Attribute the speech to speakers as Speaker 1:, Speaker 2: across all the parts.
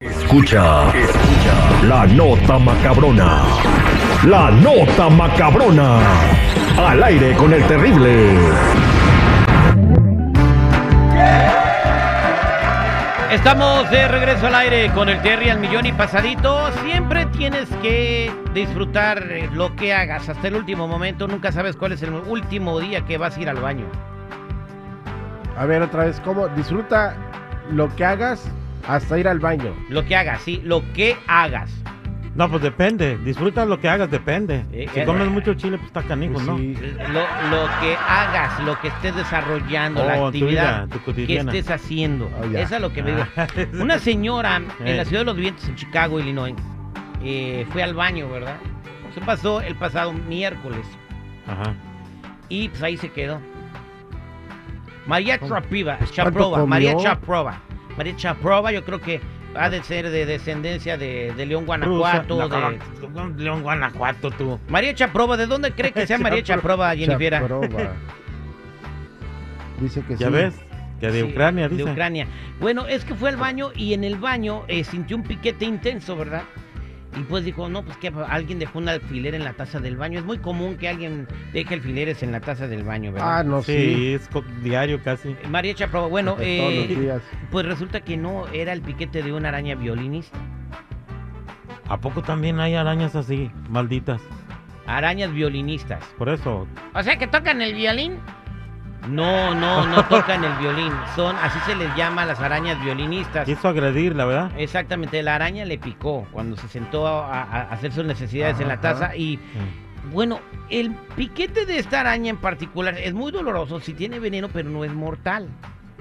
Speaker 1: Escucha la nota macabrona. La nota macabrona. Al aire con el terrible.
Speaker 2: Estamos de regreso al aire con el Terry al millón y pasadito. Siempre tienes que disfrutar eh, lo que hagas hasta el último momento. Nunca sabes cuál es el último día que vas a ir al baño.
Speaker 3: A ver, otra vez, ¿cómo? Disfruta lo que hagas hasta ir al baño.
Speaker 2: Lo que hagas, sí, lo que hagas.
Speaker 4: No, pues depende. Disfruta lo que hagas, depende.
Speaker 2: Eh,
Speaker 4: Si
Speaker 2: eh,
Speaker 4: comes
Speaker 2: eh.
Speaker 4: mucho chile, pues está canijo,
Speaker 3: Pues
Speaker 4: ¿no?
Speaker 3: sí.
Speaker 2: Lo, lo que hagas, lo que estés desarrollando, la
Speaker 4: Oh, tu vida,
Speaker 2: actividad
Speaker 4: tu
Speaker 2: que
Speaker 4: cotidiana.
Speaker 2: estés haciendo.
Speaker 3: Oh, ya.
Speaker 2: Esa es lo que me digo.
Speaker 4: Ah,
Speaker 2: Una señora en
Speaker 4: Eh.
Speaker 2: la ciudad de los vivientes en Chicago, Illinois, eh, fue al baño, ¿verdad? Se pasó el pasado miércoles
Speaker 4: Ajá.
Speaker 2: y pues ahí se quedó. María
Speaker 3: ¿Cómo?
Speaker 2: Trapiva,
Speaker 3: Pues, ¿cuánto
Speaker 2: Chaprova,
Speaker 3: comió?
Speaker 2: María Chaprova. María Chaprova, yo creo que ha de ser de descendencia de, de León, Guanajuato.
Speaker 4: Rusa-
Speaker 2: de-
Speaker 4: no, no, no, León, Guanajuato, tú.
Speaker 2: María Chaprova, ¿de dónde cree que sea María
Speaker 4: Chaprova.
Speaker 2: Chaprova, Jennifer?
Speaker 3: Chaproba. Dice que
Speaker 4: ¿Ya
Speaker 3: sí.
Speaker 4: ves? Que de
Speaker 2: Sí,
Speaker 4: Ucrania,
Speaker 2: De
Speaker 4: dice.
Speaker 2: Ucrania. Bueno, es que fue al baño y en el baño eh, sintió un piquete intenso, ¿verdad? Y pues dijo, no, pues que alguien dejó un alfiler en la taza del baño. Es muy común que alguien deje alfileres en la taza del baño,
Speaker 3: Ah,
Speaker 2: ¿verdad?
Speaker 3: no,
Speaker 4: sí,
Speaker 3: sí.
Speaker 4: es co- diario casi.
Speaker 2: María Chaprova, bueno,
Speaker 3: Todos
Speaker 2: eh,
Speaker 3: los días.
Speaker 2: pues resulta que no era el piquete de una araña violinista.
Speaker 4: ¿A poco también hay arañas así, malditas?
Speaker 2: Arañas violinistas.
Speaker 4: Por eso.
Speaker 2: O sea, que tocan el violín. No, no, no tocan el violín. Son, así se les llama a las arañas violinistas.
Speaker 4: Quiso agredirla, ¿verdad?
Speaker 2: Exactamente, la araña le picó cuando se sentó a, a hacer sus necesidades en la
Speaker 3: Ajá.
Speaker 2: taza y bueno, el piquete de esta araña en particular es muy doloroso, si tiene veneno pero no es mortal.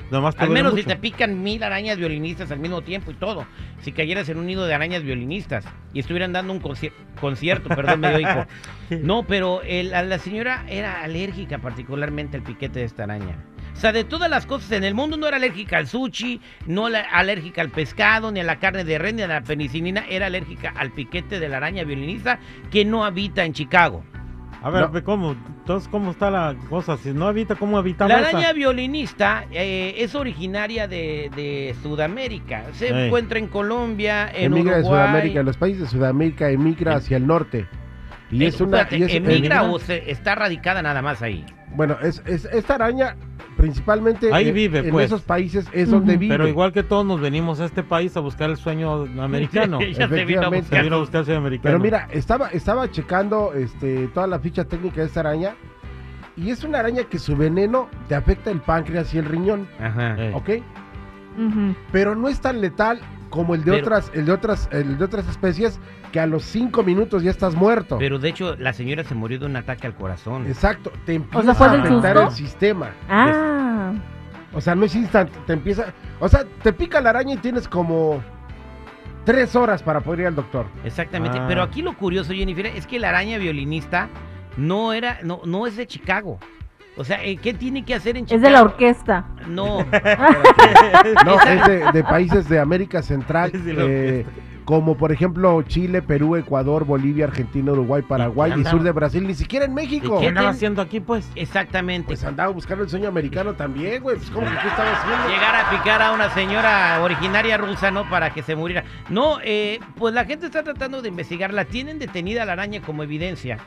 Speaker 4: Nomás te
Speaker 2: Al
Speaker 4: duele
Speaker 2: menos si
Speaker 4: mucho.
Speaker 2: te pican mil arañas violinistas al mismo tiempo y todo. Si cayeras en un nido de arañas violinistas y estuvieran dando un concier- concierto, perdón, me dio hipo. No, pero el- a la señora era alérgica particularmente al piquete de esta araña. O sea, de todas las cosas en el mundo no era alérgica al sushi, no la- alérgica al pescado, ni a la carne de res, ni a la penicilina, era alérgica al piquete de la araña violinista que no habita en Chicago.
Speaker 4: A ver,
Speaker 3: No.
Speaker 4: ¿cómo? Entonces, ¿cómo está la cosa? Si no habita, ¿cómo habitamos?
Speaker 2: La araña violinista eh, es originaria de, de Sudamérica. Se
Speaker 4: Ey.
Speaker 2: encuentra en Colombia, en
Speaker 3: Emigra de
Speaker 2: Uruguay.
Speaker 3: Sudamérica. Los países de Sudamérica emigra hacia el norte. Y
Speaker 2: Eh,
Speaker 3: es una.
Speaker 2: espérate,
Speaker 3: y es- eh,
Speaker 2: ¿Emigra
Speaker 4: emigra?
Speaker 2: o se- está radicada nada más ahí?
Speaker 3: Bueno, es, es- esta araña principalmente
Speaker 4: Ahí
Speaker 3: en-
Speaker 4: vive,
Speaker 3: en
Speaker 4: pues.
Speaker 3: esos países es donde vive.
Speaker 4: Pero igual que todos nos venimos a este país a buscar el sueño americano.
Speaker 2: Ya se vino a
Speaker 3: Efectivamente.
Speaker 2: buscar.
Speaker 4: Se vino a buscar el sueño americano.
Speaker 3: Pero mira, estaba, estaba checando este, toda la ficha técnica de esta araña. Y es una araña que su veneno te afecta el páncreas y el riñón,
Speaker 2: Ajá.
Speaker 4: Eh,
Speaker 3: ¿ok?
Speaker 5: Ujú.
Speaker 3: Pero no es tan letal como el de
Speaker 2: Pero-
Speaker 3: otras, el de otras, el de otras especies, que a los cinco minutos ya estás muerto.
Speaker 2: Pero de hecho, la señora se murió de un ataque al corazón.
Speaker 3: Exacto, te empieza
Speaker 5: sea, ¿fue
Speaker 3: a
Speaker 5: del
Speaker 3: afectar
Speaker 5: susto?
Speaker 3: el sistema.
Speaker 5: Ah,
Speaker 3: O sea, no es instante, te empieza. O sea, te pica la araña y tienes como tres horas para poder ir al doctor.
Speaker 2: Exactamente.
Speaker 4: Ah.
Speaker 2: Pero aquí lo curioso, Jennifer, es que la araña violinista no era, no, no es de Chicago. O sea, eh, ¿qué tiene que hacer en Chicago?
Speaker 5: es de la orquesta.
Speaker 2: No.
Speaker 3: No, es de, de países de América Central,
Speaker 4: Es de lo que
Speaker 3: eh, como por ejemplo Chile, Perú, Ecuador, Bolivia, Argentina, Uruguay, Paraguay y
Speaker 4: anda-
Speaker 3: sur de Brasil, ni siquiera en México.
Speaker 4: ¿Qué
Speaker 2: ¿Y
Speaker 4: andaba
Speaker 2: ten-
Speaker 4: haciendo aquí, pues?
Speaker 2: Exactamente.
Speaker 3: Pues andaba buscando el sueño americano también, güey. Pues ¿cómo que qué estaba haciendo?
Speaker 2: Llegar a picar a una señora originaria rusa, ¿no? Para que se muriera. No, eh, pues la gente está tratando de investigarla. Tienen detenida a la araña como evidencia.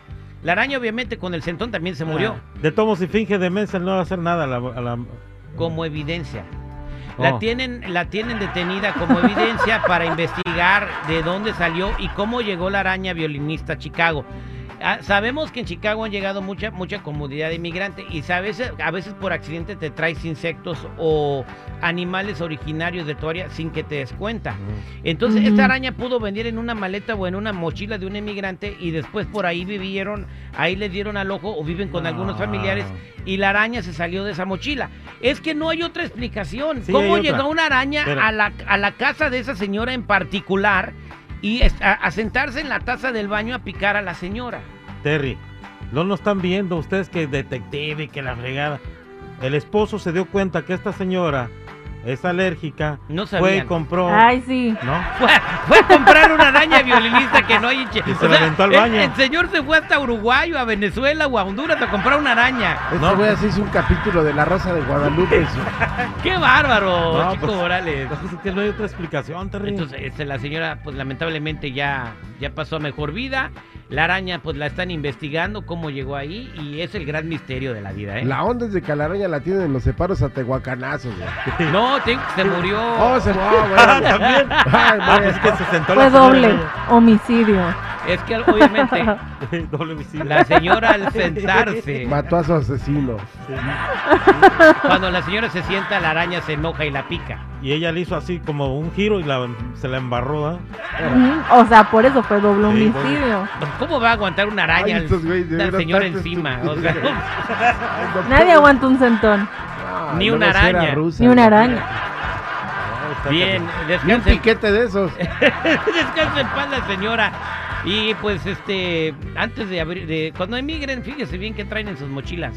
Speaker 2: La araña, obviamente, con el centón también se murió
Speaker 4: Ah, De tomos y finge de mesa, no va a hacer nada. a la- a la-
Speaker 2: como evidencia. La
Speaker 4: Oh.
Speaker 2: tienen, la tienen detenida como evidencia para investigar de dónde salió y cómo llegó la araña violinista a Chicago. Ah, sabemos que en Chicago han llegado mucha, mucha comunidad de inmigrante y sabes, a veces por accidente te traes insectos o animales originarios de tu área sin que te des cuenta.
Speaker 4: Mm.
Speaker 2: Entonces,
Speaker 5: Ujú.
Speaker 2: esta araña pudo venir en una maleta o en una mochila de un emigrante y después por ahí vivieron, ahí le dieron al ojo o viven con algunos
Speaker 4: Ah.
Speaker 2: familiares y la araña se salió de esa mochila. Es que no hay otra explicación.
Speaker 4: Sí,
Speaker 2: ¿Cómo
Speaker 4: hay otra.
Speaker 2: llegó una araña
Speaker 4: Pero-
Speaker 2: a la, a la casa de esa señora en particular y es- a, a sentarse en la taza del baño a picar a la señora?
Speaker 4: Terry, no nos están viendo ustedes que detective y que la fregada. El esposo se dio cuenta que esta señora es alérgica,
Speaker 2: No
Speaker 4: fue y
Speaker 2: sabían.
Speaker 4: compró,
Speaker 5: Ay, sí.
Speaker 4: ¿no?
Speaker 2: Fue, fue a comprar una araña violinista que no hay en Chi-
Speaker 4: Y se la aventó al
Speaker 2: el-
Speaker 4: baño.
Speaker 2: El, señor se fue hasta Uruguay o a Venezuela o a Honduras a comprar una araña.
Speaker 3: Este
Speaker 4: No.
Speaker 3: güey así hizo un capítulo de La Rosa de Guadalupe. su-
Speaker 2: ¡Qué bárbaro,
Speaker 4: No,
Speaker 2: Chico
Speaker 4: pues-
Speaker 2: Morales!
Speaker 4: Pues es que no hay otra explicación, Terry.
Speaker 2: Entonces, este, la señora, pues lamentablemente ya, ya pasó a mejor vida. La araña, pues la están investigando cómo llegó ahí y es el gran misterio de la vida, ¿eh?
Speaker 3: La onda es de que a la araña la tienen en los separos a tehuacanazos, güey.
Speaker 2: No, te- se murió.
Speaker 3: Oh, se va,
Speaker 4: Ah,
Speaker 3: güey.
Speaker 4: también.
Speaker 3: Ay,
Speaker 4: Ah,
Speaker 3: madre.
Speaker 4: pues es que se sentó
Speaker 5: Fue
Speaker 4: la señora
Speaker 5: doble homicidio.
Speaker 2: Es que obviamente
Speaker 4: ahí. doble homicidio.
Speaker 2: la señora al sentarse,
Speaker 3: Mató a su asesino.
Speaker 2: cuando la señora se sienta, la araña se enoja y la pica.
Speaker 4: Y ella le hizo así como un giro y la, se la embarró, ¿ah?
Speaker 5: Ujú, O sea, por eso fue doble
Speaker 4: Sí,
Speaker 5: homicidio.
Speaker 2: Pues, ¿Cómo va a aguantar una
Speaker 3: Ay,
Speaker 2: araña al,
Speaker 3: estos güeyes, de
Speaker 2: al
Speaker 3: veras,
Speaker 2: señor
Speaker 3: tanto
Speaker 2: encima? O
Speaker 3: estupidez.
Speaker 2: sea,
Speaker 3: Ay, doctor.
Speaker 5: Nadie aguanta un centón,
Speaker 3: Ah,
Speaker 2: Ni
Speaker 3: luego
Speaker 2: una
Speaker 3: si era
Speaker 2: araña.
Speaker 3: rusa,
Speaker 5: ni una
Speaker 3: güey.
Speaker 5: araña.
Speaker 4: Ah, está
Speaker 2: bien,
Speaker 3: Ni un
Speaker 2: descansen,
Speaker 3: piquete de esos.
Speaker 2: Descansa en paz la señora. Y pues este, antes de abrir, de, cuando emigren, fíjese bien que traen en sus mochilas.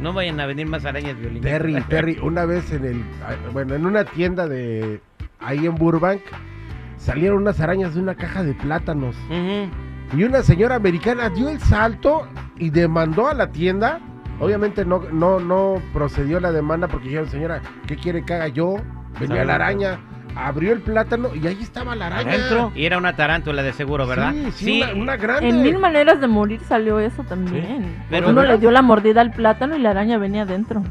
Speaker 2: No vayan a venir más arañas violinas.
Speaker 3: Terry, Terry, una vez en el, bueno, en una tienda de ahí en Burbank salieron unas arañas de una caja de plátanos
Speaker 2: Ujú.
Speaker 3: y una señora americana dio el salto y demandó a la tienda. Obviamente no, no, no procedió la demanda porque dijeron, señora, ¿qué quiere que haga yo? Venía la araña, abrió el plátano y ahí estaba la araña.
Speaker 4: Adentro.
Speaker 2: Y era una tarántula de seguro, ¿verdad?
Speaker 3: Sí, sí, Una, una grande.
Speaker 5: En mil maneras de morir salió eso también.
Speaker 2: pero-
Speaker 5: Uno le dio la mordida al plátano y la araña venía adentro.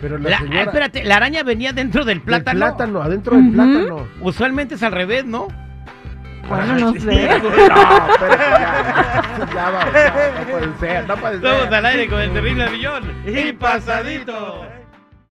Speaker 3: Pero la
Speaker 2: La- ah,
Speaker 3: señora,
Speaker 2: espérate, la araña venía dentro del
Speaker 3: del
Speaker 2: plátano.
Speaker 3: plátano, adentro del
Speaker 5: Ujú.
Speaker 3: plátano.
Speaker 2: Usualmente es al revés, ¿no?
Speaker 5: Bueno, no sé.
Speaker 3: No, espérate, ya, ya, ya, va, ya, no puede ser, no puede ser.
Speaker 2: Estamos al aire con el terrible millón.
Speaker 4: Y pasadito.